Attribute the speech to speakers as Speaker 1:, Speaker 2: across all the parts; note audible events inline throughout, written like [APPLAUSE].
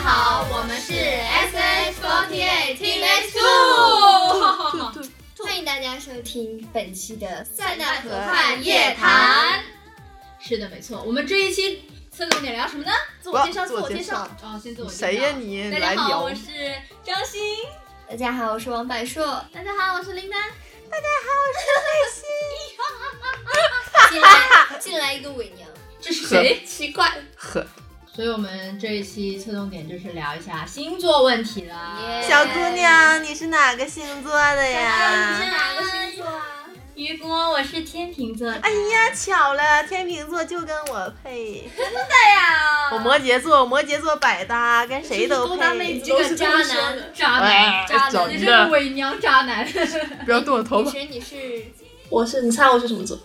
Speaker 1: [LAUGHS] 家收听本期的
Speaker 2: 塞纳河
Speaker 1: 畔
Speaker 2: 畔
Speaker 1: 夜
Speaker 2: 夜
Speaker 1: 谈
Speaker 2: 谈。是的，没错。我们这一期侧重点聊什么呢？自
Speaker 3: 我
Speaker 2: 我介绍，
Speaker 3: 自
Speaker 2: 自
Speaker 3: 我
Speaker 2: 我
Speaker 3: 介
Speaker 2: 介绍
Speaker 3: 绍。
Speaker 2: 哦，先自我介绍。
Speaker 3: 谁呀你
Speaker 2: 大
Speaker 3: 来
Speaker 2: 家好，
Speaker 3: 聊
Speaker 2: 我？是张欣。
Speaker 1: 大家好，我是王柏硕。
Speaker 2: 大家好，我是林丹。
Speaker 1: [LAUGHS] 进来，进来一个伪娘，
Speaker 2: 这是谁？
Speaker 1: 奇怪。
Speaker 3: 呵，
Speaker 2: 所以我们这一期侧重点就是聊一下星座问题啦。
Speaker 1: 耶
Speaker 3: 小姑娘，你是哪个星座的
Speaker 1: 哎
Speaker 2: 小姑
Speaker 3: 呀
Speaker 2: 娘？
Speaker 1: 哪个星座啊？
Speaker 2: 于果，我是天秤座。
Speaker 3: 哎呀，巧了，天秤座就跟我配。
Speaker 2: 对哎呀
Speaker 3: 我摩羯座，摩羯座百搭，跟谁都
Speaker 1: 勾搭妹
Speaker 3: 配
Speaker 1: 子。
Speaker 2: 这个渣男，渣男，
Speaker 3: 哎
Speaker 2: 渣
Speaker 3: 真
Speaker 2: 男，
Speaker 3: 的
Speaker 2: 你这个伪娘渣男。
Speaker 3: 不要动我头
Speaker 1: 女。神，你是
Speaker 4: 我是，你猜我是什么座？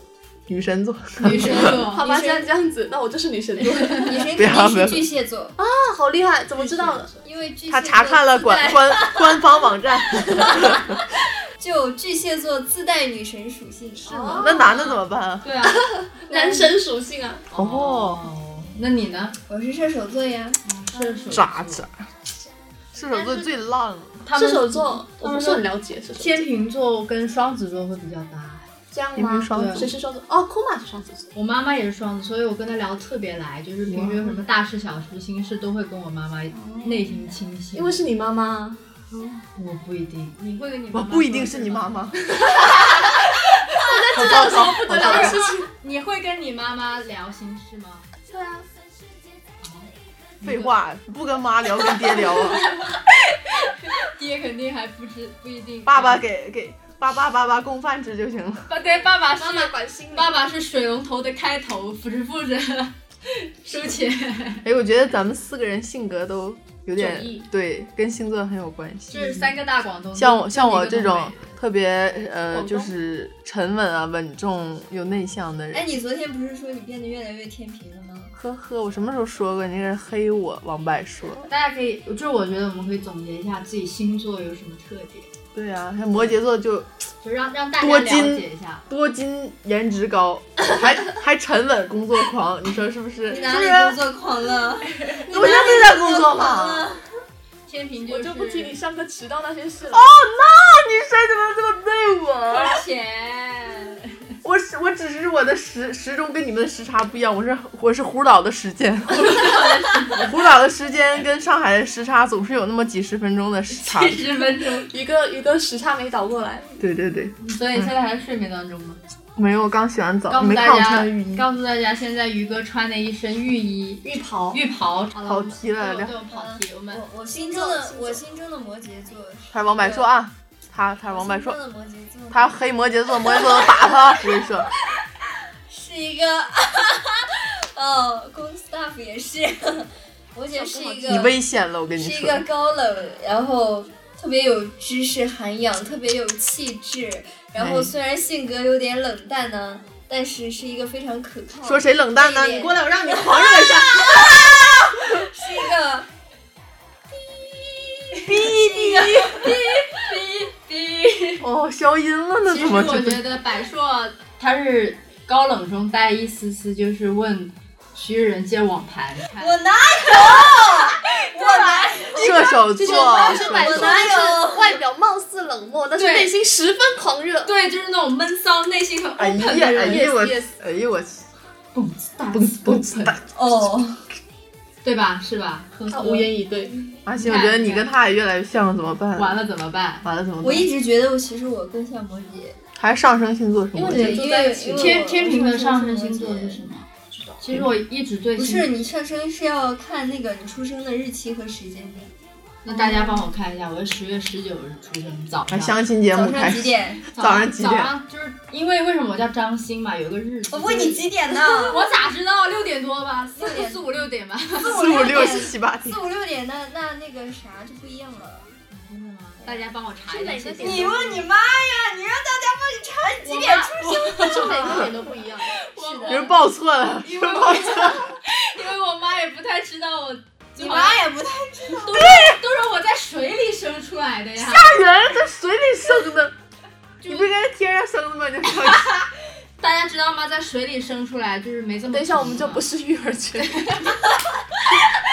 Speaker 3: 女神座，
Speaker 2: 女生座，
Speaker 4: 好吧，既然这样子，那我就是女神座。啊，
Speaker 1: 女神
Speaker 3: 不要
Speaker 1: 肯定
Speaker 3: 不要
Speaker 1: 是巨蟹座，
Speaker 4: [LAUGHS] 好厉害，怎么知道的？
Speaker 1: 因为巨蟹座
Speaker 3: 他查看了
Speaker 1: 自
Speaker 3: 官
Speaker 1: 带
Speaker 2: [LAUGHS]
Speaker 3: 官官方网站。 [LAUGHS]
Speaker 1: 就巨蟹座自带女神属性。哦是
Speaker 2: 吗
Speaker 3: 那男的怎么办？
Speaker 2: 对啊。
Speaker 4: 哦男神属性啊，
Speaker 3: 哦，，
Speaker 2: 那你呢？
Speaker 1: 我是射手座呀，
Speaker 2: 射手
Speaker 3: 渣渣。射手座最浪了，
Speaker 2: 他
Speaker 4: 射
Speaker 2: 们
Speaker 4: 手座，
Speaker 2: 他
Speaker 4: 我
Speaker 2: 们
Speaker 4: 不是很了解射手座。
Speaker 2: 天秤座跟双子座会比较搭。
Speaker 4: 这样
Speaker 3: 因为
Speaker 4: 吗？
Speaker 3: 双
Speaker 2: 对
Speaker 4: 谁是双子？哦，库玛是双子座。
Speaker 2: 我妈妈也是双子，所以我跟她聊得特别来，就是平时有什么大事小事、心事都会跟我妈妈内心倾心。
Speaker 4: 因为是你妈妈，
Speaker 2: 我不一定，你会跟你妈
Speaker 3: 我
Speaker 2: 妈
Speaker 3: 不一定是你妈
Speaker 2: 妈， [LAUGHS]
Speaker 3: 妈。好糟糕， [LAUGHS] 好
Speaker 2: 对
Speaker 3: 糟糕！
Speaker 2: 你会跟你妈妈聊心事吗？
Speaker 4: 对啊，
Speaker 3: 废话，不跟妈聊，跟爹聊啊。
Speaker 2: 爹肯定还不知不一定。
Speaker 3: 爸爸给给爸爸爸爸供饭吃就行了。
Speaker 2: 爸对爸爸是
Speaker 4: 妈妈管心理。
Speaker 2: 爸爸是水龙头的开头，扶着扶着 [LAUGHS] 收钱。
Speaker 3: 哎，我觉得咱们四个人性格都有点
Speaker 4: 迥异
Speaker 3: 对，跟星座很有关系。
Speaker 2: 这是三个大广东，
Speaker 3: 像我像我
Speaker 2: 就
Speaker 3: 这
Speaker 2: 是一个东
Speaker 3: 种
Speaker 2: 北人
Speaker 3: 特别呃，
Speaker 4: 广东
Speaker 3: 就是沉稳啊、稳重又内向的人。
Speaker 1: 哎，你昨天不是说你变得越来越天平了吗？
Speaker 3: 呵呵，我什么时候说过你这人黑我？王柏说。
Speaker 2: 大家可以，就是我觉得我们可以总结一下自己星座有什么特点，
Speaker 3: 对呀、像摩羯座就
Speaker 2: 就让让大家
Speaker 3: 多
Speaker 2: 了
Speaker 3: 金
Speaker 2: 解一下。
Speaker 3: 多金、颜值高，还还沉稳、工作狂，你说是不是？
Speaker 1: 你
Speaker 3: 是啊
Speaker 1: 哪
Speaker 3: 不
Speaker 1: 里
Speaker 3: 是？
Speaker 1: 工作狂了？
Speaker 3: 我现在在工作啊嘛。
Speaker 2: 天平
Speaker 4: 我
Speaker 2: 是
Speaker 4: 就不提你上课迟到那些事了。
Speaker 3: 你谁怎么这么对我？
Speaker 2: 花钱，
Speaker 3: 我是我只是我的时时钟跟你们的时差不一样，我是我是葫岛的时间， [LAUGHS] 葫岛的时间跟上海的时差总是有那么几十分钟的时差。
Speaker 2: 十分钟。
Speaker 4: 一个一个时差没倒过来，
Speaker 3: 对对对，
Speaker 2: 所以现在还在睡眠当中吗？
Speaker 3: 没有，我刚洗完澡，
Speaker 2: 告诉
Speaker 3: 你没
Speaker 2: 大
Speaker 3: 看我
Speaker 2: 家
Speaker 3: 穿浴，衣，
Speaker 2: 告诉大家，现在于哥穿的一身浴衣、
Speaker 4: 浴袍。
Speaker 2: 浴袍。嗯好
Speaker 3: 跑题了
Speaker 2: 对，
Speaker 3: 聊
Speaker 2: 对我们跑题。我们
Speaker 1: 我我心中的我心中的摩羯座是，
Speaker 3: 他是王柏硕啊，他他是王柏
Speaker 1: 我心
Speaker 3: 硕
Speaker 1: 中，的摩羯座
Speaker 3: 他黑摩羯座，摩羯座都打他，我跟你说，
Speaker 1: 是一个， [LAUGHS] 哦，公 staff 也是，摩羯是一
Speaker 3: 你
Speaker 1: 个
Speaker 3: 危险了，我跟你
Speaker 1: 是一
Speaker 3: 说，
Speaker 1: 个高冷，然后特别有知识涵养，特别有气质，然后
Speaker 3: 哎
Speaker 1: 虽然性格有点冷淡呢，但是是一个非常可靠，
Speaker 3: 说谁冷淡呢？
Speaker 1: 这一点
Speaker 3: 你过来，我让你狂热一下。
Speaker 1: 是一个。
Speaker 3: [LAUGHS]
Speaker 1: [LAUGHS]
Speaker 3: 哦，消音了呢，
Speaker 2: 其
Speaker 3: 怎
Speaker 2: 实
Speaker 3: 么
Speaker 2: 我
Speaker 3: 就
Speaker 2: 觉得百硕他是高冷中带一丝丝，就是问徐仁借网盘。
Speaker 1: 我哪有？我哪
Speaker 3: 射手
Speaker 4: 这种
Speaker 3: 座？
Speaker 4: 这种摆出来是外表貌似冷漠，但是
Speaker 2: 对
Speaker 4: 内心十分狂热。
Speaker 2: 对，就是那种闷骚、内心很
Speaker 3: 哎
Speaker 2: open
Speaker 3: 呀
Speaker 2: 的
Speaker 3: 哎
Speaker 2: 人，
Speaker 3: 呀我
Speaker 4: yes，yes
Speaker 3: 哎呀我去，
Speaker 2: 蹦次大
Speaker 3: 蹦
Speaker 2: 次
Speaker 3: 蹦蹦。
Speaker 1: 哦，
Speaker 2: 对吧？是吧？呵
Speaker 4: 他
Speaker 2: 呵
Speaker 4: 无言以对，
Speaker 2: 嗯
Speaker 3: 阿星，我觉得你跟他也越来越像了，怎么办？
Speaker 2: 完了怎么办？
Speaker 3: 完了怎么
Speaker 1: 我
Speaker 3: 办？
Speaker 1: 一直觉得我其实我更像摩羯，
Speaker 3: 还上升星座什么
Speaker 4: 因
Speaker 3: 的？
Speaker 4: 为
Speaker 1: 对，因为因为
Speaker 2: 天
Speaker 1: 我
Speaker 2: 天平的上升星
Speaker 1: 我
Speaker 2: 座
Speaker 1: 摩羯
Speaker 2: 是什么？其实我一直对
Speaker 1: 不
Speaker 2: 星
Speaker 1: 是，你上升是要看那个你出生的日期和时间的。
Speaker 2: 那大家帮我看一下，我是十月十九日出生，早
Speaker 3: 还
Speaker 2: 上。
Speaker 3: 相亲节
Speaker 1: 早
Speaker 3: 目开
Speaker 1: 上
Speaker 3: 始
Speaker 1: 几， [LAUGHS] 点？
Speaker 3: 早上几点
Speaker 2: 早上就是因为为什么我叫张欣嘛，有个日子。
Speaker 1: 我问哦你几点呢？
Speaker 2: 我咋知道？六点多吧，四
Speaker 1: 点
Speaker 2: 四五六点吧。 [LAUGHS]
Speaker 3: 四五六七七八点
Speaker 1: 四，五六点，那那那个啥就不一样了。
Speaker 2: 真的吗？大家帮我查一
Speaker 4: 是
Speaker 2: 下。
Speaker 4: 哪个
Speaker 2: 谢谢
Speaker 4: 点
Speaker 1: 问你妈呀！你让大家帮你查几点出
Speaker 4: 就每个点都不一样。
Speaker 2: 我
Speaker 3: 有人报错了，
Speaker 2: 因
Speaker 3: 有
Speaker 2: 为
Speaker 3: 人
Speaker 2: 我
Speaker 3: 报错了。
Speaker 2: [LAUGHS] 因为我妈也不太知道我。
Speaker 1: 你妈也不太
Speaker 2: 都是都是我在水里生出来的
Speaker 3: 啊
Speaker 2: 呀。
Speaker 3: 人在水里生的，你不应该在天上生的吗？你 [LAUGHS] 说
Speaker 2: 大家知道吗？在水里生出来就是没这么。
Speaker 4: [LAUGHS] 等一下，我们就不是育儿圈，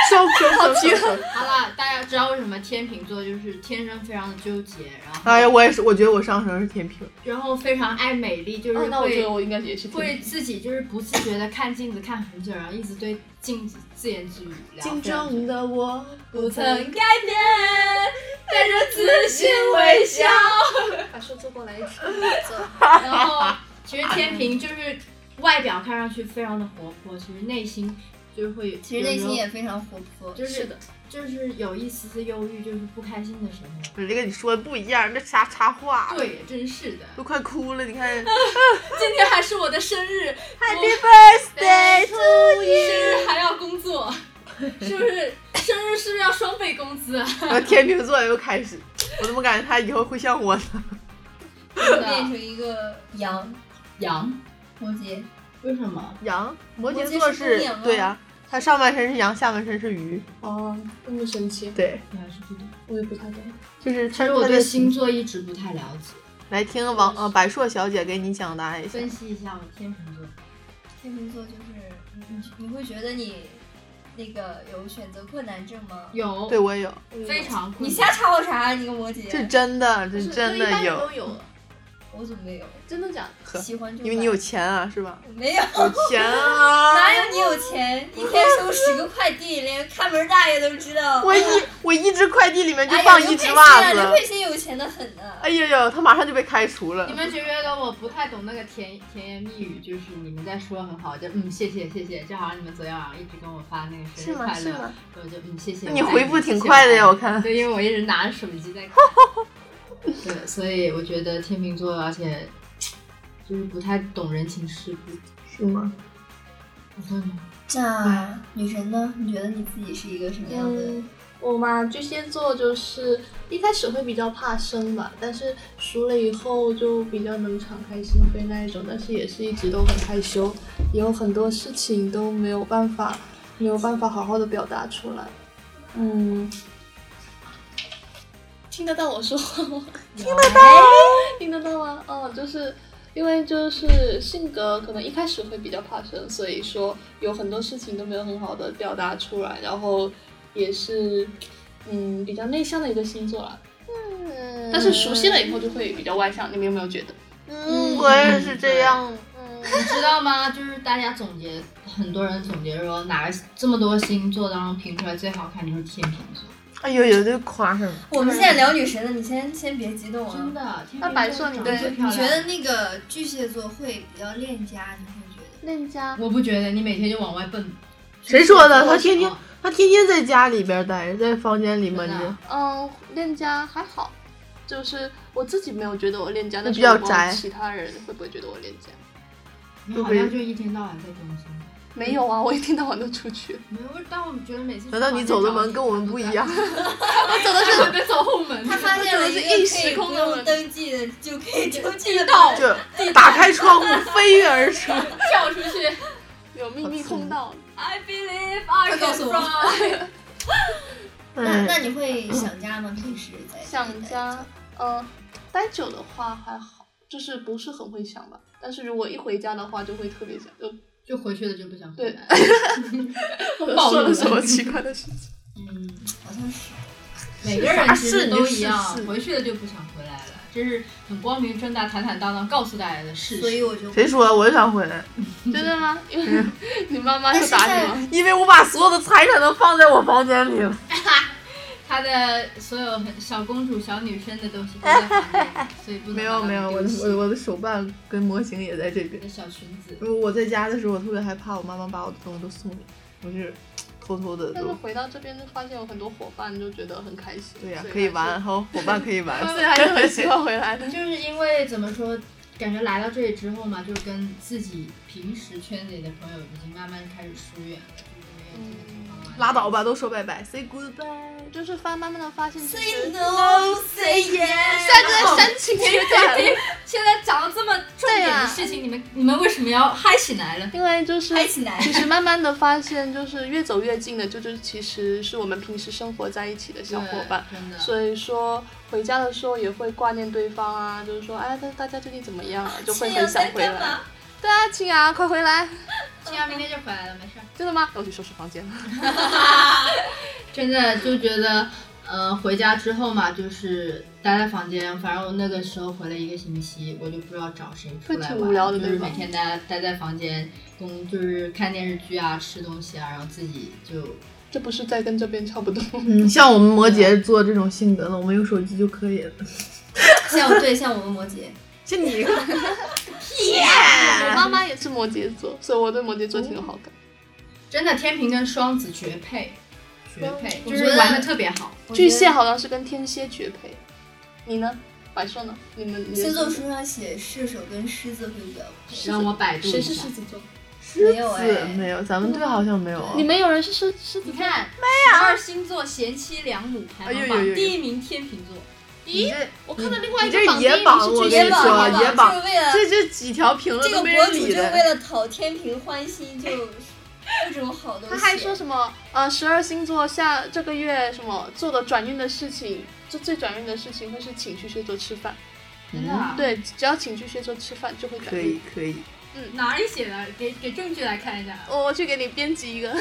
Speaker 3: 笑死我了！
Speaker 2: 好了，大家知道为什么天秤座就是天生非常的纠结，然后
Speaker 3: 哎呀，我也是，我觉得我上升是天平，
Speaker 2: 然后非常爱美丽，就是
Speaker 5: 哦，那我觉
Speaker 2: 会、
Speaker 5: 得我应该也是天
Speaker 2: 会
Speaker 5: 秤。
Speaker 2: 自己就是不自觉的看镜子看很久，然后一直对镜子自言自语聊。
Speaker 3: 镜中的我，
Speaker 1: 不曾改
Speaker 3: [LAUGHS]
Speaker 1: 变，带着自信微笑。
Speaker 4: 把书坐过来一起。
Speaker 2: 然后其实天平就是外表看上去非常的活泼，其实内心就是会，
Speaker 1: 其实内心也非常活泼，
Speaker 2: 就是
Speaker 5: 的，
Speaker 2: 就是有一丝丝忧郁，就是不开心的时
Speaker 3: [LAUGHS]
Speaker 2: 候。
Speaker 3: 你这跟你说的不一样，这瞎插话，
Speaker 2: 对，真是 [LAUGHS] 的。
Speaker 3: 都快哭了。你看
Speaker 5: 今天还是我的生日，
Speaker 3: ，Happy birthday to
Speaker 5: 生日还要工作，是不是？生日是不是要双倍工资啊？
Speaker 3: you，天秤座又开始，我怎么感觉他以后会像我呢？
Speaker 1: 变成一个羊
Speaker 2: 羊？
Speaker 1: 摩羯，
Speaker 2: 为什么？
Speaker 3: 羊，摩
Speaker 1: 摩
Speaker 3: 羯
Speaker 1: 羯
Speaker 3: 座
Speaker 1: 是
Speaker 3: 是
Speaker 1: 公羊啊
Speaker 3: 对呀、他上半身是羊，下半身是鱼，
Speaker 5: 哦，那么神
Speaker 4: 啊
Speaker 5: 奇，
Speaker 3: 对，
Speaker 2: 你啊还是不懂。
Speaker 5: 我也不太懂。
Speaker 3: 就是
Speaker 2: 其
Speaker 3: 他
Speaker 2: 实我
Speaker 3: 他
Speaker 2: 对
Speaker 3: 的
Speaker 2: 星座一直不太了解，
Speaker 3: 来听王呃白硕小姐给你讲答一下。
Speaker 2: 分析一下我天秤座。
Speaker 1: 天秤座就是你你你会觉得你那个有选择困难症吗？
Speaker 2: 有，
Speaker 3: 对，我有，
Speaker 2: 非常困
Speaker 1: 你
Speaker 2: 难
Speaker 1: 瞎插我啥？啊你个摩
Speaker 3: 这
Speaker 1: 羯，
Speaker 3: 真的，这嗯真
Speaker 4: 就一
Speaker 3: 的
Speaker 4: 般人
Speaker 3: 有
Speaker 4: 都，有，
Speaker 1: 我怎么没有？
Speaker 4: 真的假
Speaker 3: 呵
Speaker 1: 喜欢就
Speaker 3: 因为你
Speaker 1: 买
Speaker 3: 有钱啊，是吧？
Speaker 1: 我没有。
Speaker 3: 有钱啊！
Speaker 1: 哪有你有钱？一天收十个快递，连看门大爷都知道。
Speaker 3: 我一我一只快递里面就
Speaker 1: 哎呀
Speaker 3: 放一只袜子，
Speaker 1: 刘佩欣有钱的很啊呢、
Speaker 3: 哎呀呦，他马上就被开除了
Speaker 2: 你。们觉不觉得我不太懂那个甜甜言蜜语，就是你们在说很好，就嗯谢谢谢谢，就好像你们昨天晚上一直跟我发那个生
Speaker 3: 是
Speaker 2: 日
Speaker 3: 吗？
Speaker 2: 快
Speaker 3: 是
Speaker 2: 乐，
Speaker 3: 吗？
Speaker 2: 我就嗯谢谢。
Speaker 3: 那你
Speaker 2: 我爱
Speaker 3: 回复挺快的呀，我。看
Speaker 2: 谢谢爱你啊对，因为我一直拿着手机
Speaker 3: [LAUGHS]
Speaker 2: 在看。对，所以我觉得天秤座，而且就是不太懂人情世故。
Speaker 3: 是吗？
Speaker 2: 不会吗？
Speaker 1: 那女神呢？你觉得你自己是一个什么样的？
Speaker 4: 嗯，我嘛，巨蟹座就是一开始会比较怕生吧，但是熟了以后就比较能敞开心扉那一种，但是也是一直都很害羞，也有很多事情都没有办法，没有办法好好的表达出来。嗯，听得到我说话吗？听得到吗？哦，就是因为就是性格可能一开始会比较怕生，所以说有很多事情都没有很好的表达出来，然后也是嗯比较内向的一个星座啦。嗯，但是熟悉了以后就会比较外向，你们有没有觉得？
Speaker 3: 嗯，我也是这样。
Speaker 2: 你知道吗？就是大家总结，很多人总结说哪个这么多星座当中评出来最好看就是天秤座。
Speaker 3: 哎呦呦，这夸上了。
Speaker 1: 我们现在聊女神的，你先先别激动
Speaker 2: 真
Speaker 1: 啊。
Speaker 2: 的，天秤
Speaker 4: 那白硕你
Speaker 2: 长
Speaker 4: 对
Speaker 2: 最漂
Speaker 1: 你
Speaker 2: 亮
Speaker 1: 觉得那个巨蟹座会比较恋家？你会觉得？
Speaker 4: 恋家
Speaker 2: 我不觉得，你每天就往外奔。
Speaker 3: 谁说的？他
Speaker 2: 我
Speaker 3: 天
Speaker 2: 喜
Speaker 3: 天
Speaker 2: 欢
Speaker 3: 他天天在家里边待着，在房间里闷
Speaker 2: 真的
Speaker 3: 着
Speaker 2: 啊。
Speaker 4: 嗯，恋家还好，就是我自己没有觉得我恋家，但
Speaker 3: 比
Speaker 4: 是
Speaker 3: 较
Speaker 4: 我不知道
Speaker 3: 宅
Speaker 4: 其他人会不会觉得我恋家？
Speaker 2: 你好像就一天到晚在更新。
Speaker 4: 没有啊，我一天到晚都出 [LAUGHS] 去。
Speaker 2: 没有，但我觉得每次
Speaker 3: 难道你走的门跟我们不一样？
Speaker 2: 我走的是得走后门。
Speaker 4: [LAUGHS]
Speaker 1: 他发现了一个
Speaker 4: 异
Speaker 1: 可以
Speaker 4: 时空
Speaker 1: 不
Speaker 4: 的
Speaker 1: 用
Speaker 4: 人
Speaker 1: 登记的就可以出去的
Speaker 5: 道
Speaker 1: 门
Speaker 3: [LAUGHS] 就打开窗户飞跃而出。
Speaker 5: 跳出去
Speaker 4: 有秘密
Speaker 3: 空
Speaker 4: 通道，
Speaker 5: ，I believe I
Speaker 1: 快告
Speaker 5: can
Speaker 1: 诉我
Speaker 5: fly。
Speaker 1: 那
Speaker 3: 哎，
Speaker 1: 那你会想家吗？平时在家
Speaker 4: 想家，呃，待久的话还好，就是不是很会想吧。但是如果一回家的话，就会特别想，就
Speaker 2: 就回去了就不想回
Speaker 4: 对
Speaker 2: 来。暴露
Speaker 4: [LAUGHS] 说了什么
Speaker 2: 了
Speaker 4: 奇怪的事情？
Speaker 2: 嗯，
Speaker 1: 好像是。
Speaker 2: 每个人其
Speaker 3: 是
Speaker 2: 实
Speaker 3: 你
Speaker 2: 都
Speaker 3: 是
Speaker 2: 一样
Speaker 3: 是，
Speaker 2: 回去了就不想回来了，这是很光明正大、坦坦荡荡告诉大家的事
Speaker 1: 所以
Speaker 2: 实。
Speaker 1: 我就
Speaker 3: 谁说？我就想回来，
Speaker 4: [LAUGHS] 真的吗？因为你妈妈
Speaker 1: 但
Speaker 4: 要
Speaker 1: 是
Speaker 4: 打
Speaker 1: 在
Speaker 4: 你吗？
Speaker 3: 因为我把所有的财产都放在我房间里了。
Speaker 2: 她的所有很小公主、小女生的东西都在房间里，所以不能
Speaker 3: 没有
Speaker 2: 把它
Speaker 3: 没有，我
Speaker 2: 丢
Speaker 3: 的
Speaker 2: 弃
Speaker 3: 我的我的手办跟模型也在这边
Speaker 2: 你。的小裙子。。
Speaker 3: 如果我在家的时候，我特别害怕我妈妈把我的东西都送我，我是偷偷的
Speaker 4: 但是
Speaker 3: 都。
Speaker 4: 回到这边就发现有很多伙伴，就觉得很开心。
Speaker 3: 对呀、
Speaker 4: 所
Speaker 3: 可以
Speaker 4: 还
Speaker 3: 玩，
Speaker 4: 是。
Speaker 3: 和伙伴可以
Speaker 1: [LAUGHS]
Speaker 3: 玩。
Speaker 4: 所以还是很喜欢回来的
Speaker 2: 就是因为怎么说，感觉来到这里之后嘛，就是跟自己平时圈子里的朋友已经慢慢开始疏远了，就是没有这个地方了啊
Speaker 3: [LAUGHS] 拉倒吧，都说拜拜，say goodbye。
Speaker 4: 就是发慢慢的发现，其
Speaker 1: [LAUGHS] say
Speaker 4: 实
Speaker 1: no say yes。
Speaker 4: 现在就在煽情阶段，
Speaker 2: 现在讲了这么重点的事情，你们你们为什么要嗨起来了？
Speaker 4: 因为就是
Speaker 1: 嗨起来
Speaker 4: 其实慢慢的发现，就是越走越近的，就就其实是我们平时生活在一起的小伙伴。
Speaker 2: 对真的。
Speaker 4: 所以说回家的时候也会挂念对方啊，就是说哎，大大家最近怎么样啊，就会很想回
Speaker 1: 亲爱的在干
Speaker 4: 来
Speaker 1: 嘛。
Speaker 4: 对啊，亲啊，快回来！
Speaker 2: 新阳明天就回来了，没事儿。
Speaker 3: 真的吗？那我去收拾房间了。
Speaker 2: 现在就觉得，呃，回家之后嘛，就是待在房间，反正我那个时候回了一个星期，我就不知道找谁出来
Speaker 4: 会
Speaker 2: 玩，
Speaker 4: 挺无聊的
Speaker 2: 就是
Speaker 4: 对吧
Speaker 2: 每天待待在房间，工就是看电视剧啊，吃东西啊，然后自己就
Speaker 4: 这不是在跟这边差不多？
Speaker 1: [LAUGHS]
Speaker 3: 嗯，像我们摩羯座这种性格的，我们有手机就可以了。
Speaker 1: 像对像我们摩羯，
Speaker 3: 就你，
Speaker 4: 我妈妈也是摩羯座，所以我对摩羯座挺有好感。
Speaker 2: 真的天平跟双子绝配，绝配，
Speaker 1: 我
Speaker 2: 就
Speaker 1: 觉
Speaker 2: 是
Speaker 1: 得
Speaker 2: 玩的特别好。
Speaker 1: 我觉
Speaker 4: 巨
Speaker 1: 得
Speaker 4: 蟹好像是跟天蝎绝配，你呢？白硕呢？你们你的
Speaker 1: 星座书上写射手跟狮子会比较配，
Speaker 2: 让我百度
Speaker 5: 谁
Speaker 2: 一
Speaker 5: 是
Speaker 2: 下
Speaker 5: 狮，子座？
Speaker 1: 没有哎、
Speaker 3: 是没有，咱们队好像没有啊。
Speaker 4: 你们有人是狮狮子
Speaker 5: 你
Speaker 4: 座？
Speaker 2: 啊
Speaker 5: 看，十二星座贤妻良母排
Speaker 3: 哎
Speaker 5: 行
Speaker 3: 呦呦呦
Speaker 5: 榜
Speaker 3: 呦
Speaker 5: 第一名天平座，
Speaker 3: 你这
Speaker 5: 我看到另外
Speaker 3: 你
Speaker 5: 一
Speaker 3: 这
Speaker 5: 个
Speaker 3: 是
Speaker 5: 榜第一
Speaker 3: 野
Speaker 5: 名
Speaker 3: 榜，
Speaker 5: 是
Speaker 3: 我
Speaker 5: 巨
Speaker 3: 跟
Speaker 5: 蟹
Speaker 3: 你
Speaker 5: 座，
Speaker 1: 野
Speaker 3: 说，
Speaker 1: 榜
Speaker 3: 野
Speaker 1: 就
Speaker 3: 榜
Speaker 1: 是为了，
Speaker 3: 这这几条评论
Speaker 1: 这
Speaker 3: 都
Speaker 1: 个
Speaker 3: 没
Speaker 1: 博
Speaker 3: 人
Speaker 1: 主就
Speaker 3: 理
Speaker 1: 是
Speaker 3: 的。
Speaker 1: 为了讨天平欢心，就各种好东西。
Speaker 4: 他还说什么呃，十二星座下这个月什么做的转运的事情，就最转运的事情会是请巨蟹座吃饭。
Speaker 2: 真的啊，
Speaker 4: 嗯对，只要请巨蟹座吃饭就会转
Speaker 3: 可
Speaker 4: 运
Speaker 3: 以。可以，
Speaker 2: 嗯
Speaker 5: 哪里写的？给给证据来看一下。
Speaker 4: 我哦我去给你编辑一个，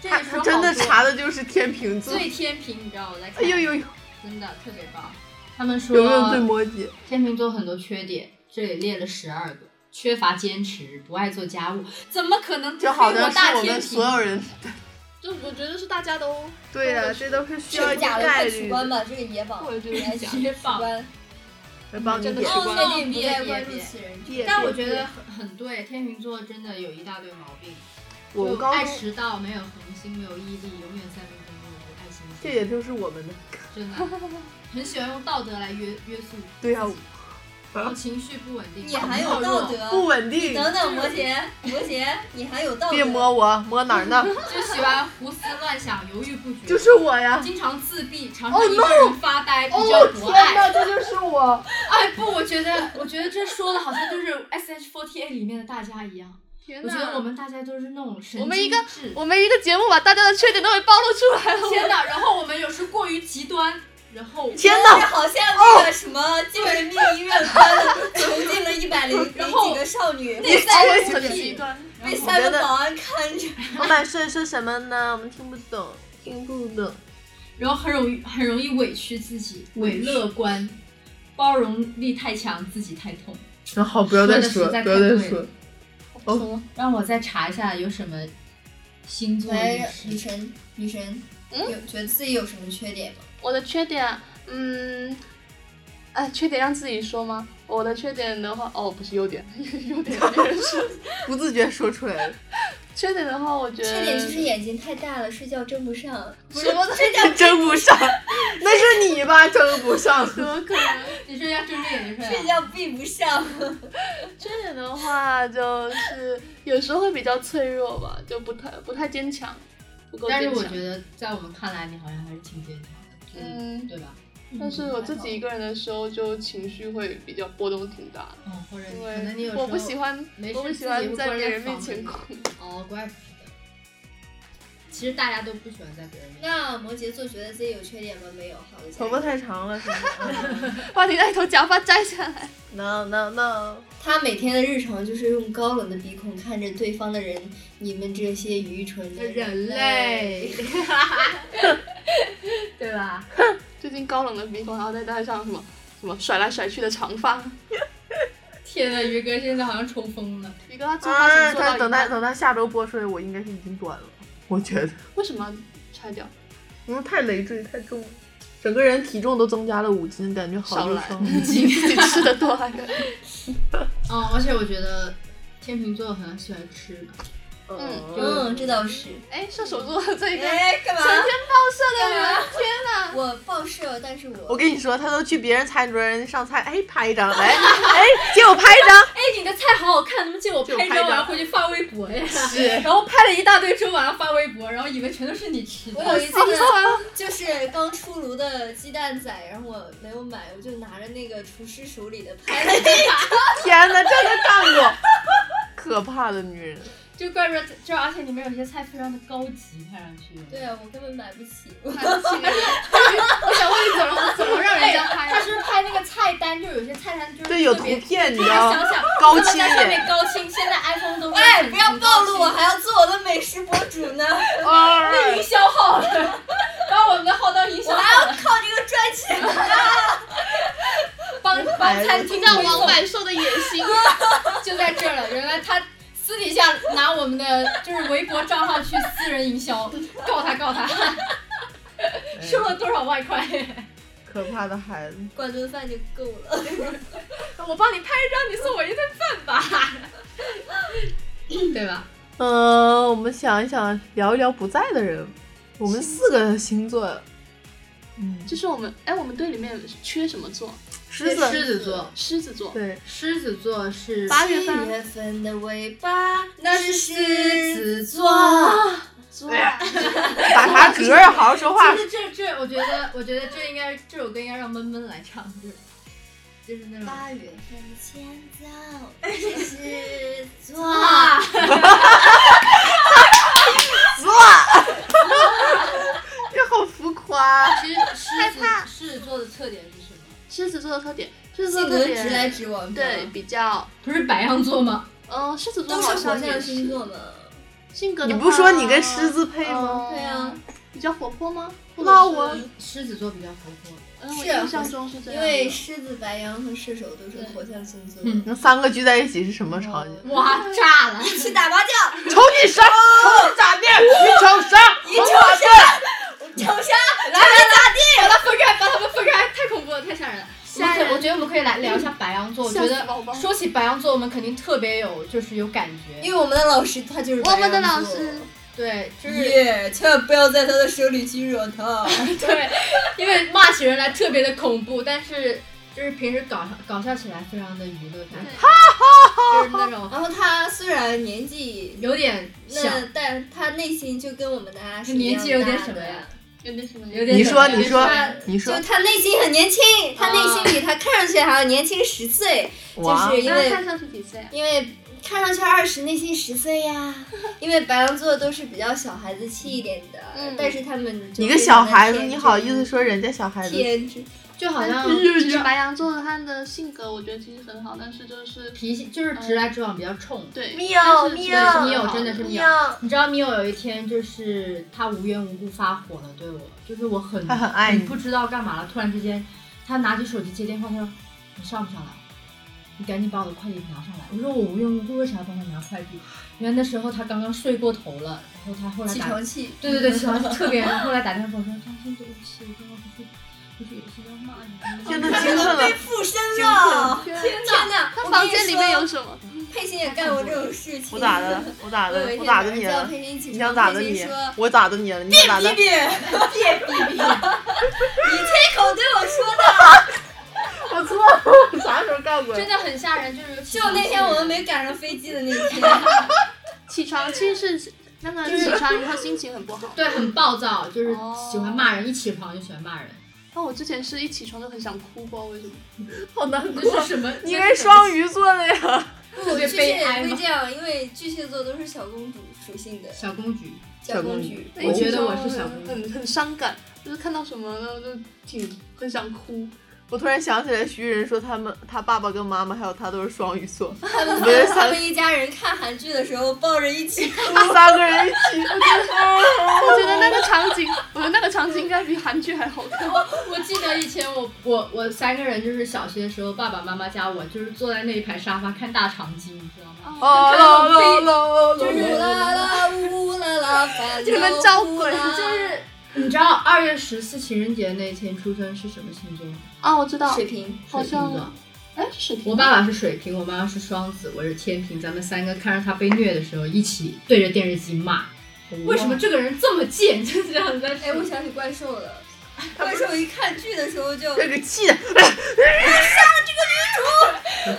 Speaker 5: 这
Speaker 3: 他
Speaker 5: 里说好
Speaker 3: 真的
Speaker 5: 多
Speaker 3: 查的就是天秤座。
Speaker 5: 最天平，你知道我在
Speaker 3: 嗯哎
Speaker 5: 看，
Speaker 3: 呦呦呦，
Speaker 2: 真的特别棒。他们说
Speaker 3: 有没有对摩羯？
Speaker 2: 天秤座很多缺点，这里列了十二个：缺乏坚持，不爱做家务，
Speaker 5: 怎么可能？
Speaker 3: 这好像
Speaker 5: 大
Speaker 3: 是我
Speaker 5: 天
Speaker 3: 们
Speaker 5: 平
Speaker 3: 所有人。
Speaker 4: 就我觉得是大家都
Speaker 3: 对呀、
Speaker 4: 都是
Speaker 3: 这都是需
Speaker 1: 这
Speaker 3: 要
Speaker 1: 个
Speaker 3: 一定
Speaker 1: 假的
Speaker 3: 概
Speaker 1: 快取
Speaker 3: 率
Speaker 1: 关
Speaker 3: 的。
Speaker 1: 吧，这个野榜。
Speaker 4: 我觉
Speaker 1: 你还
Speaker 4: 得
Speaker 1: 取
Speaker 5: 野
Speaker 1: 取
Speaker 5: 榜
Speaker 1: 关，
Speaker 3: 来帮你
Speaker 4: 真的
Speaker 3: 点
Speaker 4: 取
Speaker 3: 关
Speaker 5: 关哦
Speaker 1: 确定不
Speaker 5: 别
Speaker 1: 再
Speaker 5: 别
Speaker 1: 关注
Speaker 5: 别
Speaker 1: 此人。
Speaker 3: 点
Speaker 2: 但我觉得很很对，天秤座真的有一大堆毛病，
Speaker 3: 我
Speaker 2: 就
Speaker 3: 高
Speaker 2: 爱
Speaker 3: 中
Speaker 2: 迟到，没有恒心，没有毅力，永远三分钟热度，爱心
Speaker 3: 这也就是我们的。
Speaker 2: 真的
Speaker 3: [LAUGHS]
Speaker 2: 很喜欢用道德来约约束，
Speaker 3: 对呀、啊
Speaker 2: 然后情绪不稳定，
Speaker 1: 你还有
Speaker 2: 暴
Speaker 1: 道
Speaker 2: 躁，
Speaker 3: 不
Speaker 1: 德？
Speaker 3: 稳定。
Speaker 1: 等等，摩羯，摩羯，你还有道德？
Speaker 3: 别摸我，摸哪儿呢？
Speaker 2: 就喜欢胡思乱想，犹豫不决，
Speaker 3: 就是我呀！
Speaker 5: 经常自闭，常
Speaker 4: Oh
Speaker 5: 常一个人发呆，比较不
Speaker 3: 天
Speaker 5: 爱。
Speaker 3: 哪，这就是我！
Speaker 5: 哎，不，我觉得，我觉得这说的好像就是 S H 4 8里面的大家一样。
Speaker 4: 天
Speaker 2: 我觉得我们大家都是那种神
Speaker 4: 我们
Speaker 2: 经
Speaker 4: 一个
Speaker 2: 质
Speaker 4: 我们一个节目把大家的缺点都给暴露出来了。
Speaker 5: 天哪！然后我们有时过于极端，然后
Speaker 3: 天
Speaker 1: 这
Speaker 3: 哪，哦
Speaker 1: 好像那个什么救人命医院关了，囚禁了一百零零几个少女，
Speaker 5: 内在问
Speaker 3: 很
Speaker 5: 题
Speaker 3: 极
Speaker 5: 端，
Speaker 1: 被三个保安看着。
Speaker 3: 我满说说什么呢？我们听不懂，听不懂。
Speaker 2: 然后很容易很容易委屈自己，伪乐观，包容力太强，自己太痛。
Speaker 3: 那好，不要再说，
Speaker 2: 说得实在
Speaker 3: 不要再
Speaker 2: 太对
Speaker 3: 说
Speaker 2: 了。
Speaker 4: 哦
Speaker 2: 让我再查一下有什么星座
Speaker 1: 来，女
Speaker 2: 是 [LAUGHS]
Speaker 1: 神，女神，有觉得自己有什么缺点吗？
Speaker 4: 我的缺点，嗯，哎，缺点让自己说吗？我的缺点的话，哦，不是优点， [LAUGHS] 优点让别人说。
Speaker 3: 不自觉说出来了， [LAUGHS]
Speaker 4: 缺点的话，我觉得
Speaker 1: 缺点就是眼睛太大了，睡觉睁不 [LAUGHS] 上。
Speaker 4: 什么的，
Speaker 3: 争不上，那是你吧？争不 [LAUGHS] 上。
Speaker 2: 你说要睁着眼睛睡
Speaker 1: 睡
Speaker 2: 啊？
Speaker 1: 觉闭不上，
Speaker 4: 缺点的话就是有时候会比较脆弱吧，就不太不太坚强，不够
Speaker 2: 但是
Speaker 4: 坚
Speaker 2: 我
Speaker 4: 强。
Speaker 2: 觉得在我们看来，你好像还是挺坚强的，就是
Speaker 4: 嗯
Speaker 2: 对吧？
Speaker 4: 但是我自己一个人的时候，就情绪会比较波动挺大
Speaker 2: 嗯，或者
Speaker 4: 的，
Speaker 2: 你
Speaker 4: 因
Speaker 2: 可能你有
Speaker 4: 为
Speaker 2: 时候
Speaker 4: 我不喜欢
Speaker 2: 没，事
Speaker 4: 我不喜
Speaker 2: 自己
Speaker 4: 欢
Speaker 2: 会
Speaker 4: 在
Speaker 2: 关
Speaker 4: 别
Speaker 2: 在
Speaker 4: 人面
Speaker 2: 房
Speaker 4: 前
Speaker 2: 里
Speaker 4: 哭。
Speaker 2: 哦，怪不得。其实大家都不喜欢在别人面前。
Speaker 1: 那摩羯座觉得自己有缺点吗？没有，好的。
Speaker 3: 头发太长了，是 [LAUGHS] 吗
Speaker 4: 把你那头假发摘下来。 [LAUGHS]
Speaker 3: ？No No No！
Speaker 1: 他每天的日常就是用高冷的鼻孔看着对方的人，你们这些愚蠢的
Speaker 2: 人
Speaker 1: 类。
Speaker 2: 类， [LAUGHS] 对吧？
Speaker 4: 最近高冷的鼻孔，然后再戴上什么什么甩来甩去的长发。
Speaker 2: 天呐，鱼哥现在好像抽风了。
Speaker 4: 你跟他做发
Speaker 3: 啊，
Speaker 4: 型做
Speaker 3: 他
Speaker 4: 到
Speaker 3: 等他
Speaker 4: 一半，
Speaker 3: 等他下周播出来，我应该是已经短了，我觉得，
Speaker 4: 为什么要拆掉？
Speaker 3: 因为太累赘太重了，整个人体重都增加了五斤，感觉好
Speaker 4: 少
Speaker 3: 忧
Speaker 4: 来
Speaker 3: [LAUGHS] 伤。
Speaker 4: 自己吃的多还是？
Speaker 2: 嗯，而且我觉得天秤座很喜欢吃，
Speaker 3: 嗯，
Speaker 1: 嗯，这倒是。
Speaker 4: 哎，射手座这个
Speaker 1: 哎，干嘛？
Speaker 4: 射的人，
Speaker 1: 我报社，但是
Speaker 3: 我
Speaker 1: 我
Speaker 3: 跟你说，他都去别人餐桌人上菜，哎，拍一张， [LAUGHS] 来，哎，借我拍一张，
Speaker 5: 哎，你的菜好好看，能不能借我
Speaker 3: 借我
Speaker 5: 拍
Speaker 3: 拍一
Speaker 2: 啊
Speaker 3: 张
Speaker 5: 张，然后回去发微博呀？
Speaker 3: 是
Speaker 5: 然后拍了一大堆之后，晚上发微博，然后以为全都是你吃
Speaker 1: 我
Speaker 5: 的。
Speaker 1: 有一次就是刚出炉的鸡蛋仔，然后我没有买，我就拿着那个厨师手里的拍了一
Speaker 3: 天哪，这个干过，可怕的女人，
Speaker 5: 就怪不得，就而且里面有些菜非常的高级，看上去。
Speaker 1: 对啊，我根本买不起。
Speaker 5: 我想问你怎么怎么让人家拍、他是不是拍那个菜单，就有些菜单就是
Speaker 3: 对，有
Speaker 5: 特
Speaker 3: 图
Speaker 5: 别。
Speaker 3: 片，你知
Speaker 5: 大
Speaker 3: 啊
Speaker 5: 家
Speaker 3: 道吗
Speaker 5: 想想，
Speaker 3: 高清
Speaker 5: 在上
Speaker 3: 一点，
Speaker 5: 面高清，现在 iPhone 都
Speaker 1: 哎，
Speaker 3: 呃
Speaker 5: [LAUGHS] [LAUGHS]
Speaker 1: [LAUGHS]
Speaker 2: 下，拿我们的就是微博账号去私人营销，告他告
Speaker 3: [LAUGHS]
Speaker 2: 他，收了多少外快？
Speaker 3: 可怕的孩子，
Speaker 1: 管顿饭就够了。
Speaker 2: 我帮你拍一张，你送我一顿饭 [LAUGHS] 吧。
Speaker 6: 对吧？
Speaker 3: 嗯、我们想一想，聊一聊不在的人，我们四个星座，嗯，
Speaker 4: 就是我们，哎，我们队里面缺什么座？
Speaker 3: 狮
Speaker 6: 狮
Speaker 3: 子，
Speaker 6: 子座，
Speaker 4: 狮子座。
Speaker 3: 对，
Speaker 6: 狮子座是
Speaker 4: 八月份
Speaker 1: 七月份的尾巴，那是
Speaker 6: 狮
Speaker 1: 狮
Speaker 6: 子
Speaker 1: 子
Speaker 6: 座
Speaker 1: 座。。
Speaker 4: 座
Speaker 3: 打啥嗝儿，好好说话
Speaker 2: 其。实这这，我觉得我觉得这应该这首歌应该让闷闷来唱，就是就是那种
Speaker 1: 八月份的前奏，那是狮子座。
Speaker 2: 啊，
Speaker 3: 你好浮夸，
Speaker 6: 其实狮子狮子座的特点是什么？
Speaker 4: 狮子座的特点，狮子座
Speaker 1: 性
Speaker 4: 的
Speaker 1: 格
Speaker 4: 特点
Speaker 1: 直来直往，你知道
Speaker 4: 对
Speaker 1: 吗，
Speaker 4: 比较，
Speaker 2: 不是白羊座吗？
Speaker 4: 嗯，狮子座
Speaker 1: 都
Speaker 4: 好
Speaker 1: 是火
Speaker 4: 像
Speaker 1: 象
Speaker 4: 也
Speaker 1: 星
Speaker 4: 是
Speaker 1: 座嘛。
Speaker 4: 性格
Speaker 3: 你
Speaker 4: 的话。
Speaker 3: 不说你跟狮子配吗？
Speaker 4: 嗯
Speaker 1: 对啊，
Speaker 4: 比较活泼吗？或者
Speaker 3: 那
Speaker 4: 是
Speaker 3: 我
Speaker 6: 狮子座比较活泼，
Speaker 4: 嗯，我
Speaker 1: 是
Speaker 4: 印象中是这
Speaker 1: 因
Speaker 4: 样
Speaker 1: 为
Speaker 4: 的。
Speaker 1: 狮子、白羊和射手都是火象星座。
Speaker 2: 嗯
Speaker 3: 那三个聚在一起是什么场景？
Speaker 2: 哇，炸了！
Speaker 1: 去打麻将，
Speaker 3: 瞅你啥？瞅你咋地？你瞅啥？你
Speaker 1: 嗯
Speaker 3: 瞅啥？
Speaker 1: 瞅啥？
Speaker 2: 把它分开，把它们分开，太恐怖了，太吓人了。我们
Speaker 4: 吓人
Speaker 2: 可我觉得我们可以来聊一下白羊座。我觉
Speaker 4: 吓死宝宝
Speaker 2: 得说起白羊座，我们肯定特别有就是有感觉。
Speaker 1: 因为我们的老师他就是
Speaker 4: 我们的
Speaker 1: 白羊
Speaker 4: 老
Speaker 1: 座
Speaker 4: 师，
Speaker 2: 对，就是
Speaker 1: 耶千万不要在他的手里去惹 [LAUGHS] 他。
Speaker 2: 对，因为骂起人来特别的恐怖，但是就是平时搞搞笑起来非常的娱乐感，就是那种
Speaker 1: 然后他虽然年纪
Speaker 2: 有点小，
Speaker 1: 那，但他内心就跟我们大家是
Speaker 2: 年纪有点
Speaker 1: 什
Speaker 2: 什
Speaker 1: 么
Speaker 2: 么
Speaker 1: 呀
Speaker 2: 呀？
Speaker 4: 有点什么？
Speaker 2: 有点
Speaker 3: 你说，
Speaker 2: 小
Speaker 3: 你说
Speaker 2: 就是，
Speaker 3: 你
Speaker 1: 就
Speaker 3: 说，
Speaker 1: 他内心很年轻，他内心比他看上去还要年轻十岁，
Speaker 3: 哇
Speaker 1: 就是因
Speaker 4: 那
Speaker 1: 为
Speaker 4: 看上去几岁啊？
Speaker 1: 因为看上去二十，内心十岁
Speaker 4: [LAUGHS]
Speaker 1: 呀。因为白羊座都是比较小孩子气一点的，
Speaker 4: 嗯
Speaker 1: 但是他们就
Speaker 3: 你个小孩
Speaker 1: 非
Speaker 3: 子，
Speaker 1: 常地
Speaker 3: 你好意思说人家小孩子？
Speaker 1: 天真？
Speaker 2: 就好像
Speaker 4: 其实白羊座的他的性格，我觉得其实很好，但是就是
Speaker 2: 脾气就是
Speaker 1: 嗯
Speaker 2: 直来直往，比较冲。
Speaker 4: 对，
Speaker 1: 喵
Speaker 4: 但是
Speaker 1: 喵
Speaker 4: 就是
Speaker 2: 米友真的是米友
Speaker 1: 喵，
Speaker 2: 你知道米友有一天就是他无缘无故发火了，对我，就是我很
Speaker 3: 他很爱你
Speaker 2: 不知道干嘛了，突然之间他拿起手机接电话，他说你上不上来？你赶紧把我的快递拿上来！我说我无缘无故为啥要帮他拿快递？因为那时候他刚刚睡过头了，然后他后来
Speaker 1: 起
Speaker 2: 打
Speaker 1: 床气，
Speaker 2: 对对对，起床特别。后来打电话跟我说：“张鑫，对不起，我刚刚不是不是有些要骂你。”
Speaker 3: 天呐，精神了
Speaker 1: 被！附身了！
Speaker 4: 天
Speaker 1: 天哪！
Speaker 4: 他
Speaker 1: 我
Speaker 4: 房
Speaker 1: 跟你
Speaker 4: 间里面
Speaker 1: 说
Speaker 4: 有什么？
Speaker 1: 佩欣也干过这种事情。
Speaker 3: 我咋的了？我咋的
Speaker 1: 我有
Speaker 3: 了？
Speaker 1: 一
Speaker 3: [LAUGHS] 我
Speaker 1: 天早上
Speaker 3: 咋的
Speaker 1: 叫
Speaker 3: 你了？
Speaker 1: 佩欣起
Speaker 3: 你
Speaker 1: 床，
Speaker 3: 想咋的
Speaker 1: 佩欣
Speaker 3: 你
Speaker 1: 说？
Speaker 3: 我咋的你啊了？你想咋的
Speaker 1: 别？别 [LAUGHS] 别别！你开口对我说的，
Speaker 3: 我错了， [LAUGHS] 我啥时候干过呀？
Speaker 2: 真的很吓人，就是
Speaker 1: 就那天我们没赶上飞机的那一天，
Speaker 4: 起床气是那个起床以后心情很不好。
Speaker 2: 对很暴躁，就是喜欢骂人，一起床就喜欢骂人，
Speaker 4: 那哦我之前是一起床就很想哭，不知道为什么。
Speaker 3: [LAUGHS] 好难
Speaker 2: 这是什么？
Speaker 3: 你应该双鱼座的呀， [LAUGHS]
Speaker 1: 不，巨
Speaker 2: 别
Speaker 1: 蟹
Speaker 2: 悲
Speaker 1: 也
Speaker 2: 哀
Speaker 1: 会
Speaker 2: 吗
Speaker 1: 这样，因为巨蟹座都是小公主属性的，
Speaker 2: 小公举，
Speaker 1: 小公
Speaker 3: 小公
Speaker 1: 举。
Speaker 2: 我觉得我是小公
Speaker 4: 很
Speaker 2: 主
Speaker 4: 很很伤感，就是看到什么呢就挺很想哭。
Speaker 3: 我突然想起来，徐仁说他们他爸爸跟妈妈还有他都是双鱼 [LAUGHS] 座，
Speaker 1: 他们
Speaker 3: 我觉得
Speaker 1: 他们一家人看韩剧的时候抱着一起哭，
Speaker 3: 三个人一起。 [LAUGHS]
Speaker 4: [LAUGHS] 我觉得那个场景，我觉得那个场景应该比韩剧还好看。
Speaker 2: 我记得以前我我我三个人就是小学的时候，爸爸妈妈家我就是坐在那一排沙发看大长今，你知道吗？
Speaker 3: 哦喽喽喽喽
Speaker 1: 呜啦啦呜啦啦，烦恼
Speaker 4: 你们招鬼
Speaker 1: 呼啦
Speaker 2: 就是你知道二月十四情人节那天出生是什么星座吗？
Speaker 4: 啊，我知道，
Speaker 1: 水瓶。
Speaker 4: 好
Speaker 2: 水瓶
Speaker 4: 像
Speaker 2: 座。
Speaker 4: 哎，是水瓶。
Speaker 2: 我爸爸是水瓶，我妈妈是双子，我是天平，咱们三个看着他被虐的时候，一起对着电视机骂。为什么这个人这么贱？就是这样子在说。
Speaker 1: 哎，
Speaker 2: [LAUGHS]
Speaker 1: 我想起怪兽了。怪兽一看剧的时候就
Speaker 3: 这个气的，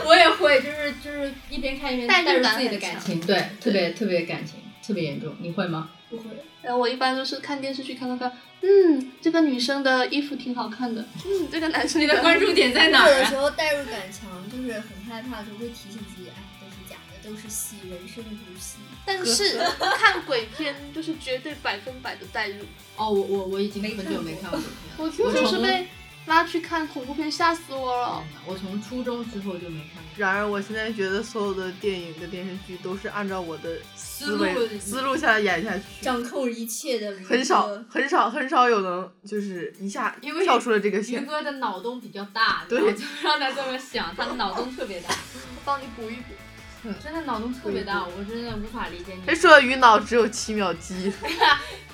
Speaker 2: 我也会，就是就是一边看一边
Speaker 4: 代
Speaker 2: 带
Speaker 4: 入
Speaker 2: 入
Speaker 4: 感
Speaker 2: 自己的
Speaker 4: 很
Speaker 2: 感
Speaker 4: 强
Speaker 2: 情，对，特别特别感情，特别严重。你会吗？
Speaker 1: 不会，
Speaker 4: 然后我一般就是看电视剧看到看，嗯，这个女生的衣服挺好看的，嗯，这个男生
Speaker 2: 你的关注点在哪
Speaker 1: 我有
Speaker 2: 儿
Speaker 1: 的
Speaker 2: 啊？
Speaker 1: 时候代入感强，就是很害怕的时候会提醒自己，哎，都是假的，都是戏，人生如戏。
Speaker 4: 但是看鬼片就是绝对百分百的代入，
Speaker 2: [LAUGHS] 哦，我我我已经
Speaker 1: 没
Speaker 2: 很
Speaker 1: 看
Speaker 2: 久
Speaker 1: 过
Speaker 2: 没看过鬼片了。
Speaker 4: 我就是被拉去看恐怖片，吓死我了。
Speaker 2: 天哪我从初中之后就没看 [LAUGHS] 过。
Speaker 3: 然而我现在觉得所有的电影跟电视剧都是按照我的思维思路下演下去，
Speaker 1: 掌控一切的
Speaker 3: 很少
Speaker 1: 嗯
Speaker 3: 很少很少有能就是一下
Speaker 2: 因为
Speaker 3: 跳出了这个
Speaker 2: 于
Speaker 3: 线。
Speaker 2: 哥的脑洞比较大，
Speaker 3: 对
Speaker 4: 嗯
Speaker 2: 你知道就让他这么想，他的脑洞特别大。
Speaker 4: 帮你补一补。
Speaker 2: 真的脑洞特别大，我真的无法理解你
Speaker 3: 这。哎说鱼脑只有七秒记忆，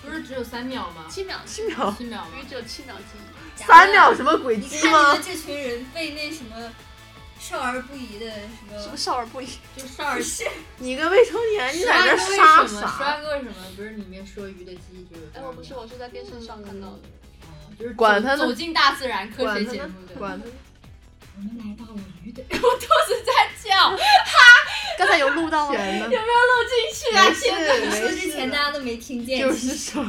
Speaker 2: 不是只有三秒吗？
Speaker 4: 七秒，
Speaker 3: 七秒，
Speaker 2: 七秒吗？
Speaker 4: 鱼只有七秒记忆，
Speaker 3: 三秒什么鬼
Speaker 1: 你
Speaker 3: 鸡
Speaker 1: 看你
Speaker 3: 吗
Speaker 1: 们？这群人被那什么少儿不宜的什
Speaker 4: 什么
Speaker 1: 么
Speaker 4: 少儿不宜？
Speaker 1: 就少儿 [LAUGHS] 是
Speaker 3: 你个未成年，哎你
Speaker 2: 十
Speaker 3: 在
Speaker 2: 万
Speaker 3: 这
Speaker 2: 个
Speaker 3: 儿
Speaker 2: 为什
Speaker 3: 杀
Speaker 2: 么？十
Speaker 3: 啥？
Speaker 2: 万个为什么？不是里面说鱼的记忆只有这
Speaker 4: 哎，
Speaker 2: 样吗？
Speaker 4: 我不是，我是在电视上看到的。
Speaker 2: 就是
Speaker 3: 管
Speaker 2: 走
Speaker 3: 他呢
Speaker 2: 走进大自然科
Speaker 3: 管
Speaker 2: 学
Speaker 3: 他
Speaker 2: 节
Speaker 3: 呢
Speaker 2: 目，的。
Speaker 3: 管他呢！
Speaker 5: 我们来到了鱼的，
Speaker 2: 叫
Speaker 3: 刚才有录到吗？天呐
Speaker 2: 进去啊！
Speaker 3: 没事
Speaker 1: 说
Speaker 3: 没
Speaker 1: 之
Speaker 3: 事
Speaker 1: 前大家
Speaker 3: 的，
Speaker 1: 都没听见，
Speaker 3: 就是说，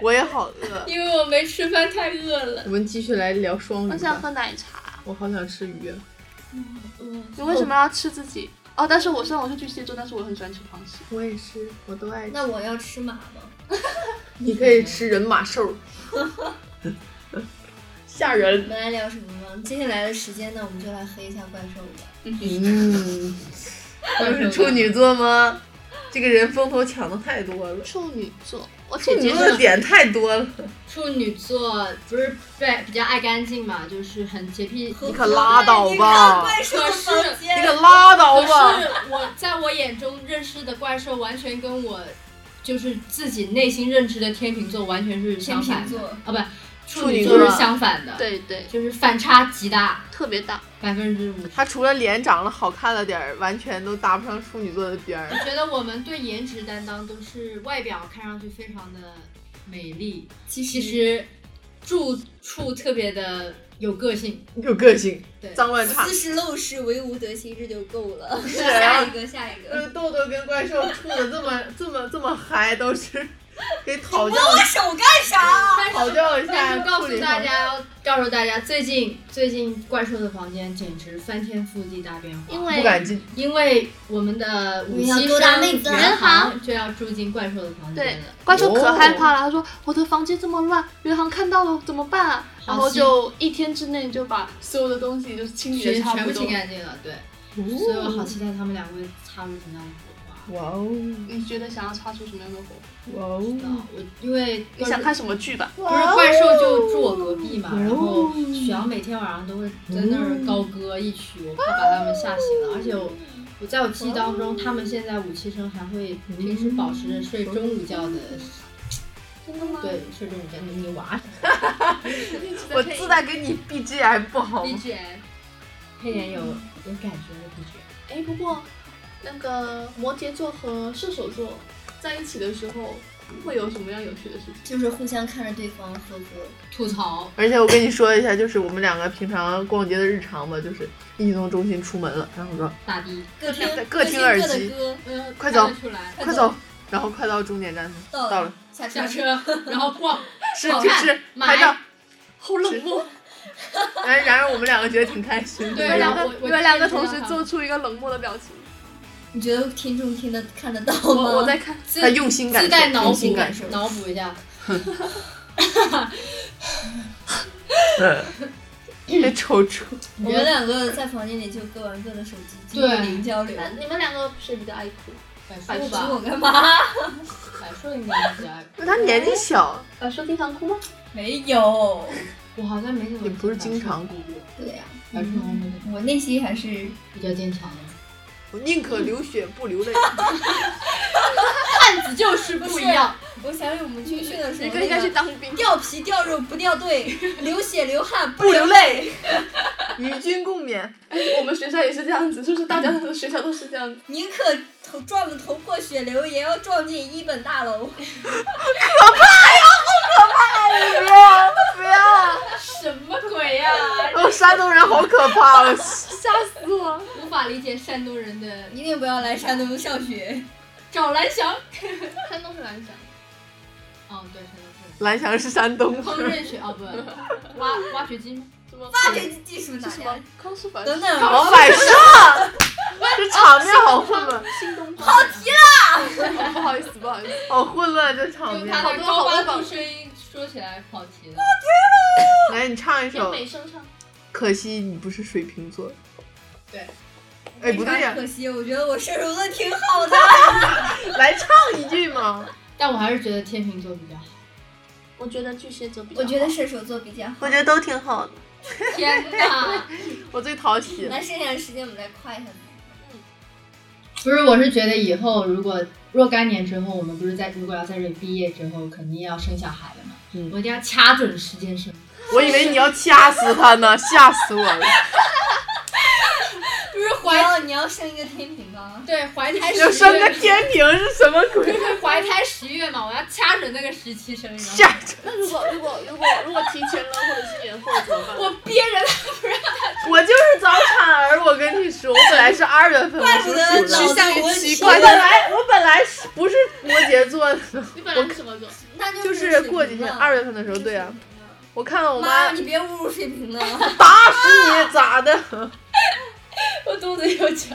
Speaker 3: 我也好饿。
Speaker 2: 因为我没吃饭，太饿了。
Speaker 3: 我们继续来聊双鱼
Speaker 4: 我想
Speaker 3: 吧。
Speaker 4: 喝奶茶。
Speaker 3: 我好想吃鱼啊，
Speaker 1: 嗯
Speaker 4: 你为什么要吃自己？哦，但是我虽然我是巨蟹座，但是我很喜欢吃螃蟹。
Speaker 3: 我也是，我都爱吃。
Speaker 1: 那我要吃马吗？
Speaker 3: 你可以吃人马兽， [LAUGHS] 吓
Speaker 1: 我
Speaker 3: 人。
Speaker 1: 们来聊什么吗？接下来的时间呢，我们就来黑一下怪兽吧。
Speaker 3: [LAUGHS] 嗯，我是处女座吗？这个人风头抢的太多了，
Speaker 4: 处女座，我
Speaker 3: 处
Speaker 4: 姐
Speaker 3: 女
Speaker 4: 姐
Speaker 3: 座的
Speaker 4: 是
Speaker 3: 点太多了。
Speaker 2: 处女座不是对比较爱干净嘛，就是很洁癖。
Speaker 1: 你
Speaker 3: 可拉倒吧
Speaker 1: 怪兽
Speaker 3: [LAUGHS]
Speaker 1: 的房间
Speaker 3: 你可拉倒
Speaker 2: 可
Speaker 3: 吧！
Speaker 2: 是我在我眼中认识的怪兽，完全跟我就是自己内心认知的天秤座完全是
Speaker 1: 天
Speaker 2: 相
Speaker 1: 秤
Speaker 2: 反的。
Speaker 1: 座，
Speaker 2: 啊，不，处
Speaker 3: 处
Speaker 2: 女
Speaker 3: 女
Speaker 2: 座
Speaker 3: 座
Speaker 2: 是相反的，，
Speaker 4: 对对，
Speaker 2: 就是反差极大，
Speaker 4: 特别大。
Speaker 2: 百分之五。
Speaker 3: 他除了脸长得好看了点儿，完全都搭不上处女座的边儿
Speaker 2: 我。觉得我们对颜值担当都是外表看上去非常的美丽，
Speaker 1: 其
Speaker 2: 其实住处特别的有个性。
Speaker 3: 有个性，
Speaker 2: 对
Speaker 3: 脏乱差
Speaker 1: 四。十陋室，唯吾德馨，这就够了。
Speaker 3: 是啊
Speaker 1: [LAUGHS] 下一个，下一个。
Speaker 3: 呃，豆豆跟怪兽处的这么这么这么嗨，都 [LAUGHS] 是给讨教
Speaker 1: 我手干啥？
Speaker 2: 但是
Speaker 3: 讨教一
Speaker 2: 但
Speaker 3: 下
Speaker 2: 是告
Speaker 3: 处
Speaker 2: 诉
Speaker 3: 理
Speaker 2: 大
Speaker 3: 方法。
Speaker 2: 家，告诉大家，最近最近怪兽的房间简直翻天覆地大变化，
Speaker 4: 因
Speaker 3: 不
Speaker 4: 为
Speaker 3: 敢进，
Speaker 2: 因为我们的五
Speaker 1: 我们
Speaker 2: 期
Speaker 1: 要多大妹
Speaker 2: 生
Speaker 1: 子啊
Speaker 2: 元航就要住进怪兽的房间
Speaker 4: 对
Speaker 2: 了。
Speaker 4: 怪兽可
Speaker 3: 哦
Speaker 4: 害怕了，他说我的房间这么乱，余航看到了怎么办啊？
Speaker 2: 好
Speaker 4: 然后
Speaker 2: 心
Speaker 4: 就一天之内就把所有的东西就清理的
Speaker 2: 全
Speaker 4: 差
Speaker 2: 全
Speaker 4: 不
Speaker 2: 部
Speaker 4: 多
Speaker 2: 清。干净了，对，
Speaker 1: 哦
Speaker 2: 所以我好期待他们两个会擦出什么样的啊火花。
Speaker 3: 哇哦
Speaker 4: 你觉得想要擦出什么样的火？
Speaker 3: 哇
Speaker 2: 不知
Speaker 3: 哦！
Speaker 2: 道我因为
Speaker 4: 你想看什么剧吧？
Speaker 2: 不是怪兽就住我隔壁嘛，然后
Speaker 3: 哦
Speaker 2: 许阳每天晚上都会在那儿高歌一曲，我怕把他们吓醒了。而且我我在我记忆当中，他们现在五七生还会平时保持着睡中午觉的，
Speaker 4: 真的吗？
Speaker 2: 对，睡中午觉的你娃
Speaker 3: 我自带给你 BGM 不好吗？
Speaker 2: BGM 配点有有感觉的 BGM，
Speaker 4: 哎，不过那个摩羯座和射手座在一起的时候，会有什么样有趣的事情？
Speaker 1: 就是互相看着对方呵呵。
Speaker 2: 吐槽
Speaker 3: 而且我跟你说一下，就是我们两个平常逛街的日常吧，就是一起从中心出门了，然后我说
Speaker 2: 大地，
Speaker 1: 各听
Speaker 3: 在
Speaker 1: 各
Speaker 3: 各听耳
Speaker 1: 的
Speaker 3: 机
Speaker 1: 歌，
Speaker 2: 嗯，
Speaker 3: 快走
Speaker 2: 看得出来，
Speaker 3: 快走，然后快到终点站
Speaker 1: 到了
Speaker 3: 到了，
Speaker 1: 下
Speaker 2: 下
Speaker 1: 车。
Speaker 2: 车，然后逛， [LAUGHS]
Speaker 3: 吃
Speaker 2: 好
Speaker 3: 去
Speaker 2: 看
Speaker 3: 吃
Speaker 2: 买
Speaker 3: 拍照，
Speaker 4: 好
Speaker 3: [LAUGHS]
Speaker 4: 冷漠，
Speaker 3: 然后然而我们两个觉得挺开心
Speaker 2: 对
Speaker 3: 的，
Speaker 2: 我
Speaker 3: 然
Speaker 2: 两
Speaker 3: 后
Speaker 2: 个我
Speaker 4: 你们两个同时做出一个冷漠的表情。
Speaker 1: 你觉得听众听得看得到
Speaker 4: 我
Speaker 1: 吗？
Speaker 4: 我在看，
Speaker 2: 自
Speaker 3: 他用心感
Speaker 2: 自
Speaker 3: 受，
Speaker 2: 带脑
Speaker 3: 用
Speaker 2: 补
Speaker 3: 心感受，
Speaker 2: 脑补一下，
Speaker 3: [LAUGHS] 别抽搐。
Speaker 1: 我们两个在房间里就各玩各的手机，进
Speaker 2: 对
Speaker 1: 行零交流。
Speaker 4: 你们两个谁比较爱哭？
Speaker 2: 百
Speaker 1: 我
Speaker 2: 树
Speaker 1: 指
Speaker 2: 吧
Speaker 1: 我，干 [LAUGHS] 嘛？
Speaker 2: 百树应该比较爱。
Speaker 3: 那他年纪小，
Speaker 4: 啊，说经常哭吗？
Speaker 1: 没有。
Speaker 2: 我好像没怎么。
Speaker 3: 你不是经常哭？
Speaker 1: 对呀、
Speaker 2: 还是
Speaker 1: 我内心还是
Speaker 2: 比较坚强的。
Speaker 3: 我宁可流血不流泪。 [LAUGHS]
Speaker 2: 汉子就是不一样，
Speaker 1: 我想起我们军训的时候，
Speaker 4: 一个应该去当兵，
Speaker 1: 掉皮掉肉不掉 [LAUGHS] 队，流血流汗不
Speaker 3: 不
Speaker 1: 流
Speaker 3: 流泪，与君共勉。
Speaker 4: [LAUGHS] 我们学校也是这样子，就是大家的学校都是这样子。
Speaker 1: [LAUGHS] 宁可头撞得头破血流，也要撞进一本大 [LAUGHS] 楼。
Speaker 3: 不要不要！
Speaker 2: 什么鬼呀、
Speaker 3: 哦，山东人好可怕哦！ [LAUGHS]
Speaker 2: 无法理解山东人的
Speaker 1: 一定不要来山东上 [LAUGHS] 学。
Speaker 2: 找蓝 [LAUGHS] 翔。
Speaker 4: 山东是蓝翔，
Speaker 2: 哦，对，山
Speaker 3: 蓝翔是山东
Speaker 2: 东是烹饪学哦， [LAUGHS] 不，挖挖掘机吗？
Speaker 4: 什么
Speaker 1: 大学啊技术哪
Speaker 4: 是什
Speaker 1: 呀
Speaker 4: 么？康师傅？
Speaker 1: 等等，
Speaker 3: 老百姓，这场面好混乱，
Speaker 4: 新东方。好题了，
Speaker 1: [LAUGHS]
Speaker 4: 不好意思，不好意思。
Speaker 3: 好哦混乱这场
Speaker 2: 用
Speaker 3: 面。
Speaker 2: 他的高八度声音说起来跑题了。
Speaker 3: 来，你唱一首。
Speaker 4: 声唱，
Speaker 3: 可惜你不是水瓶座。
Speaker 2: 对。
Speaker 3: 哎，不对呀、
Speaker 1: 可惜，我觉得我射手座挺好的。
Speaker 3: 来唱一句 [LAUGHS] 嘛。
Speaker 2: 但我还是觉得天秤座比较好。
Speaker 4: 我觉得巨蟹座比较
Speaker 1: 我
Speaker 4: 好
Speaker 1: 觉得射手座比较好。
Speaker 3: 觉得都挺好的。
Speaker 2: 天哪！
Speaker 3: 我最讨喜。
Speaker 1: 那剩下的时间我们来夸一下。
Speaker 2: [LAUGHS] 不是，我是觉得以后如果若干年之后，我们不是在如果要在这里毕业之后，肯定要生小孩了嘛，
Speaker 3: 嗯
Speaker 2: 我一定要掐准时间生。
Speaker 3: 我以为你要掐死他呢，吓死我了！
Speaker 1: 不是怀要你要生一个天平吗？
Speaker 2: 对，怀胎
Speaker 3: 要生个天平是什么鬼？
Speaker 2: 是怀胎十月嘛，我要掐准那个时期生育。
Speaker 3: 吓着
Speaker 4: 那如果如果如果如果提前了或者是延后怎么办？
Speaker 2: 我憋着他，
Speaker 3: 我就是早产儿，我跟你说，我本来是二月份，怪
Speaker 1: 不得
Speaker 3: [LAUGHS] 我
Speaker 1: 吃香
Speaker 7: 鱼奇怪
Speaker 3: 本来我本来是不是摩羯座的，
Speaker 4: 你本来是什么
Speaker 3: [LAUGHS]
Speaker 4: 座？
Speaker 1: 那就
Speaker 3: 就是过
Speaker 1: 水
Speaker 3: 几
Speaker 1: 瓶
Speaker 3: 天
Speaker 1: 了
Speaker 3: 二月份的时候，对啊，我看我
Speaker 1: 妈，
Speaker 3: 妈
Speaker 1: 你别侮辱水瓶了。
Speaker 3: [LAUGHS] 打死你咋的？ [LAUGHS]
Speaker 2: 我肚子有绞，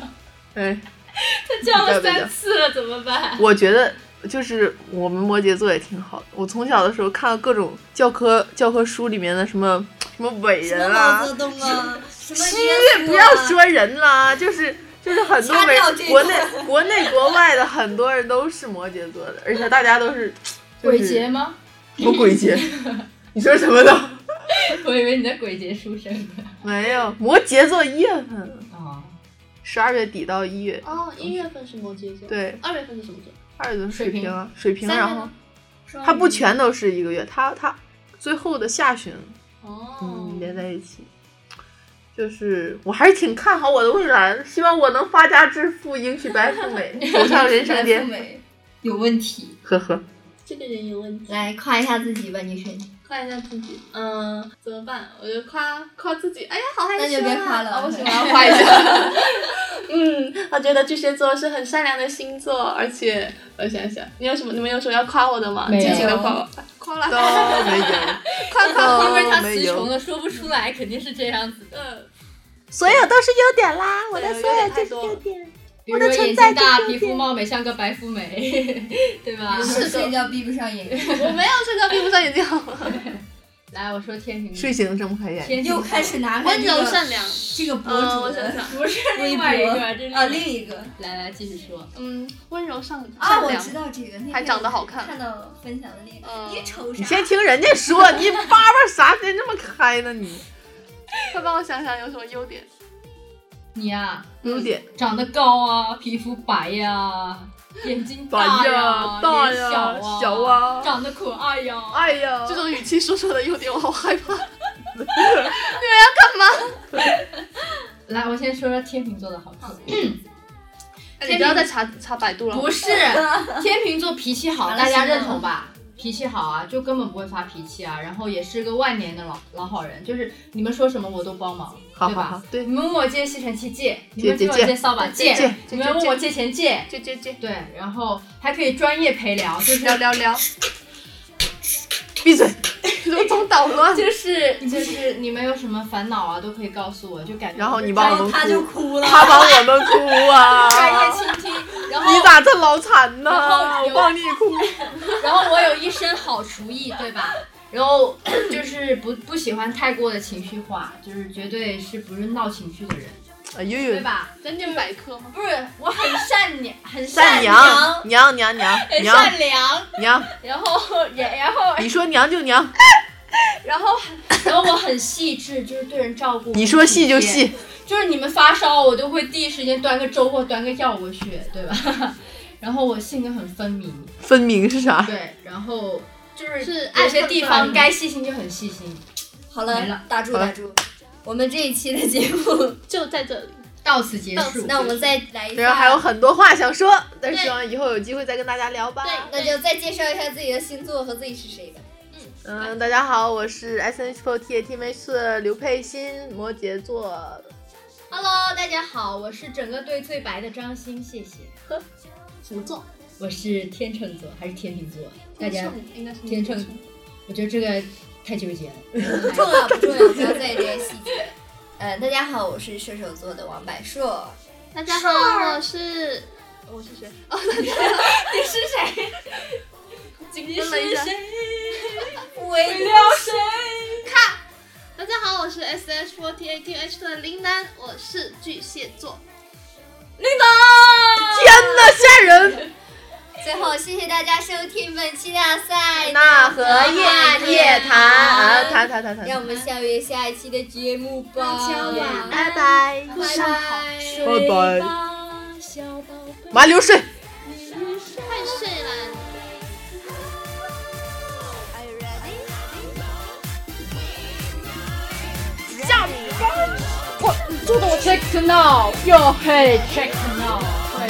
Speaker 3: 哎，
Speaker 2: 他叫
Speaker 3: 了
Speaker 2: 了
Speaker 3: 三
Speaker 2: 三次了，怎么
Speaker 3: [LAUGHS]
Speaker 2: 办？
Speaker 3: 我觉得就是我们摩羯座也挺好的。我从小的时候看到各种教科教科书里面的什 [LAUGHS] 么什么伟
Speaker 1: 什
Speaker 3: 人
Speaker 1: 么
Speaker 3: 啊
Speaker 1: 毛，泽东啊，什么
Speaker 3: 西
Speaker 1: 耶稣啊
Speaker 3: 不要说人啦， [LAUGHS] 就是就是很多
Speaker 1: 掐
Speaker 3: 人
Speaker 1: 掉这一
Speaker 3: 国
Speaker 1: 段
Speaker 3: 内国内国外的很多人都是摩羯座的，而且大家都是
Speaker 2: 鬼节吗？
Speaker 3: 什么鬼节？你说什么呢？
Speaker 2: 我以为你在鬼节出生的。
Speaker 3: 没有，摩羯座一月份，
Speaker 2: 啊，
Speaker 3: 十二月底到一月，
Speaker 4: 哦，一月份是摩羯座，，
Speaker 3: 对，
Speaker 4: 二月份是什么座？
Speaker 3: 二月份水
Speaker 2: 水
Speaker 3: 平
Speaker 2: 瓶
Speaker 3: 啊，水平，
Speaker 4: 三月
Speaker 3: 然
Speaker 4: 呢
Speaker 3: 后它不全都是一个月，它它最后的下旬
Speaker 4: 哦
Speaker 3: 嗯，连在一起。就是，我还是挺看好我的未来的，希望我能发家致富，迎娶白富
Speaker 2: [LAUGHS]
Speaker 3: 美，走上人生巅
Speaker 1: 白富
Speaker 3: 峰。
Speaker 1: 美
Speaker 2: 有问题。
Speaker 3: 呵呵，
Speaker 4: 这个人有问题。
Speaker 1: 来夸一下自己吧，女神。
Speaker 4: 夸一下自己，嗯，怎么办？我就夸夸自己，哎呀，好害羞、啊，
Speaker 1: 那就别夸了
Speaker 4: 啊我喜欢夸一下。嗯，我觉得巨蟹座是很善良的星座，而且我想想，你有什么？你们有什么要夸我的吗？
Speaker 2: 没有
Speaker 4: 尽情的夸我，夸 [LAUGHS]
Speaker 3: 都
Speaker 4: 了，
Speaker 2: [LAUGHS]
Speaker 3: 哦没有，
Speaker 4: 夸夸。
Speaker 2: 因为他
Speaker 3: 哦没
Speaker 2: 词
Speaker 3: 有
Speaker 2: 穷的说不出来，肯定是这样子的。
Speaker 4: 嗯，
Speaker 3: 所有都是优点啦， [LAUGHS] 我
Speaker 4: 对
Speaker 3: 的
Speaker 4: 有
Speaker 3: 所有
Speaker 4: 点
Speaker 3: 就
Speaker 4: 太
Speaker 3: 是
Speaker 4: 多
Speaker 3: 优
Speaker 4: 了
Speaker 3: 点。
Speaker 2: 比如说眼睛大，皮肤貌美，像个白富美， [LAUGHS] 对
Speaker 3: [LAUGHS]
Speaker 2: 吧？
Speaker 1: 是睡觉闭不上眼睛，
Speaker 4: 我没有睡觉闭不上眼睛好吗？
Speaker 2: 来，我说天平，
Speaker 3: 睡醒睁不开眼，
Speaker 2: 天平
Speaker 1: 又开始拿开
Speaker 4: 温
Speaker 1: 这
Speaker 4: 柔
Speaker 1: 个
Speaker 4: 善良。
Speaker 1: 这个博
Speaker 4: 嗯，
Speaker 1: 主
Speaker 4: 我想想
Speaker 1: 的，
Speaker 2: 不是
Speaker 1: 微
Speaker 2: 另
Speaker 1: 博
Speaker 2: 外一个，这是
Speaker 1: 啊，另一个
Speaker 2: 来来继续说，
Speaker 4: 嗯，温柔善
Speaker 1: 啊，
Speaker 4: 善
Speaker 1: 我
Speaker 4: 良
Speaker 1: 知。道这个，那个
Speaker 4: 还长得好看
Speaker 1: 看到了分享的那个，
Speaker 4: 嗯
Speaker 1: 你瞅
Speaker 3: 你
Speaker 1: 啥
Speaker 3: 先？听人家说，你叭叭啥真这么开呢你？
Speaker 4: 快帮我想想有什么优点？嗯
Speaker 2: 你呀、
Speaker 3: 优点，
Speaker 2: 长得高啊，皮肤白呀、眼睛呀，
Speaker 3: 大呀
Speaker 2: 脸
Speaker 3: 大呀
Speaker 2: 小
Speaker 3: 小啊
Speaker 2: 长得可爱呀、
Speaker 3: 哎呀，
Speaker 4: 这种语气说出来的优点，我好害怕。
Speaker 2: 来，我先说说天秤座的好处，
Speaker 4: 哎你不要再查查百度了。
Speaker 2: 不
Speaker 3: [LAUGHS]
Speaker 2: 是天秤座脾气好，
Speaker 1: 完了
Speaker 2: 大家
Speaker 1: 是吗
Speaker 2: 认同吧？脾气好啊，就根本不会发脾气啊，然后也是个万年的老老好人，就是你们说什么我都帮忙，
Speaker 3: 好
Speaker 2: 对
Speaker 3: 好
Speaker 2: 吧？
Speaker 3: 好，对
Speaker 2: 你，们问我借吸尘器借，你们
Speaker 3: 借
Speaker 2: 问我
Speaker 3: 借
Speaker 2: 借扫把
Speaker 3: 借借
Speaker 2: 借，你
Speaker 4: 借
Speaker 2: 们问我借钱借，
Speaker 4: 这这这，
Speaker 2: 对，然后还可以专业陪聊，就是
Speaker 4: 聊聊聊，
Speaker 3: 闭嘴，
Speaker 2: [LAUGHS]
Speaker 4: 我
Speaker 3: [LAUGHS]
Speaker 4: 总捣乱。
Speaker 2: 就是就是你们有什么烦恼啊，都可以告诉我，就感觉
Speaker 3: 然后你
Speaker 1: 然
Speaker 3: 帮我
Speaker 1: 后
Speaker 3: 们
Speaker 1: 他就
Speaker 3: 哭，
Speaker 1: 哭了，
Speaker 3: 他帮我们哭
Speaker 2: 专
Speaker 3: 啊
Speaker 2: 业！倾
Speaker 3: [LAUGHS]
Speaker 2: 听，然
Speaker 3: 你
Speaker 2: 后
Speaker 3: 咋这脑残呢？
Speaker 2: 哎然后
Speaker 3: 我
Speaker 2: 有
Speaker 3: 帮你哭，
Speaker 2: 然后我有一身好厨艺，对 [LAUGHS] 吧？然后就是不不喜欢太过的情绪化，就是绝对是不是闹情绪的人，
Speaker 3: 哎呦
Speaker 2: 对
Speaker 3: 呦，
Speaker 2: 吧？
Speaker 4: 人家百科吗？
Speaker 2: 不是，我很 [LAUGHS] 善良，很
Speaker 3: 善
Speaker 2: 良，
Speaker 3: 娘娘娘娘
Speaker 2: 很
Speaker 3: 娘
Speaker 2: 善良，
Speaker 3: 娘，
Speaker 2: 然后也然后
Speaker 3: 你说娘就娘，
Speaker 2: 然后然后我很细致，就是对人照顾。
Speaker 3: 你说细就
Speaker 2: 很体贴
Speaker 3: 细，
Speaker 2: 就是你们发烧，我都会第一时间端个粥或端个药过去，对吧？ [LAUGHS] 然后我性格很分明，
Speaker 3: 分明是啥？
Speaker 2: 对，然后就是
Speaker 4: 是
Speaker 2: 有
Speaker 4: 爱
Speaker 2: 些
Speaker 4: 分
Speaker 2: 地
Speaker 4: 分
Speaker 2: 方该细心就很细心，
Speaker 1: 好
Speaker 2: 没
Speaker 1: 了
Speaker 2: 了，
Speaker 1: 打住
Speaker 3: 好了
Speaker 1: 打住。我们这一期的节目，
Speaker 4: 就在这里。
Speaker 2: 到此结
Speaker 4: 到
Speaker 2: 束。
Speaker 1: 那我们再来一
Speaker 3: 然
Speaker 1: 下，
Speaker 3: 后啊还有很多话想说，但是
Speaker 4: 对
Speaker 3: 希望以后有机会再跟大家聊吧。
Speaker 1: 那就再介绍一下自己的星座和自己是
Speaker 3: [LAUGHS]
Speaker 1: 谁吧。
Speaker 3: 嗯，大家好，我是 S N H f o r T A T M H 的刘佩欣，摩羯座。
Speaker 2: Hello，大家好，我是整个队最白的张欣，谢谢。
Speaker 4: 什么座？
Speaker 2: 我是天秤座还是天秤座？大家，
Speaker 4: 应该是
Speaker 2: 天秤我觉得这个太纠结了。
Speaker 1: 不重要，不重要，不要在意这些细节。呃，大家好，我是射手座的王柏硕。
Speaker 4: 大家好，我是我是谁？哦，
Speaker 2: 你是谁？你
Speaker 4: 分了一下。
Speaker 1: 喂，
Speaker 4: 大家好，我是 S H 4 T A T H 的林丹，我是巨蟹座。
Speaker 3: 天哪，吓人！
Speaker 1: 最后谢谢大家收听本期的赛
Speaker 3: 那和
Speaker 1: 夜
Speaker 3: 夜
Speaker 1: 夜
Speaker 3: 夜
Speaker 1: 谈
Speaker 3: 谈啊，谈谈谈谈
Speaker 1: 让我
Speaker 3: 谈，
Speaker 1: 们相约下一期的节目吧。
Speaker 2: 大家晚
Speaker 1: 安，
Speaker 3: 拜拜。
Speaker 1: 拜拜。
Speaker 3: 拜拜
Speaker 2: 吧，小宝贝。
Speaker 3: 马流水。
Speaker 4: 太水了。
Speaker 8: Check to now，哟嘿，check to now，对。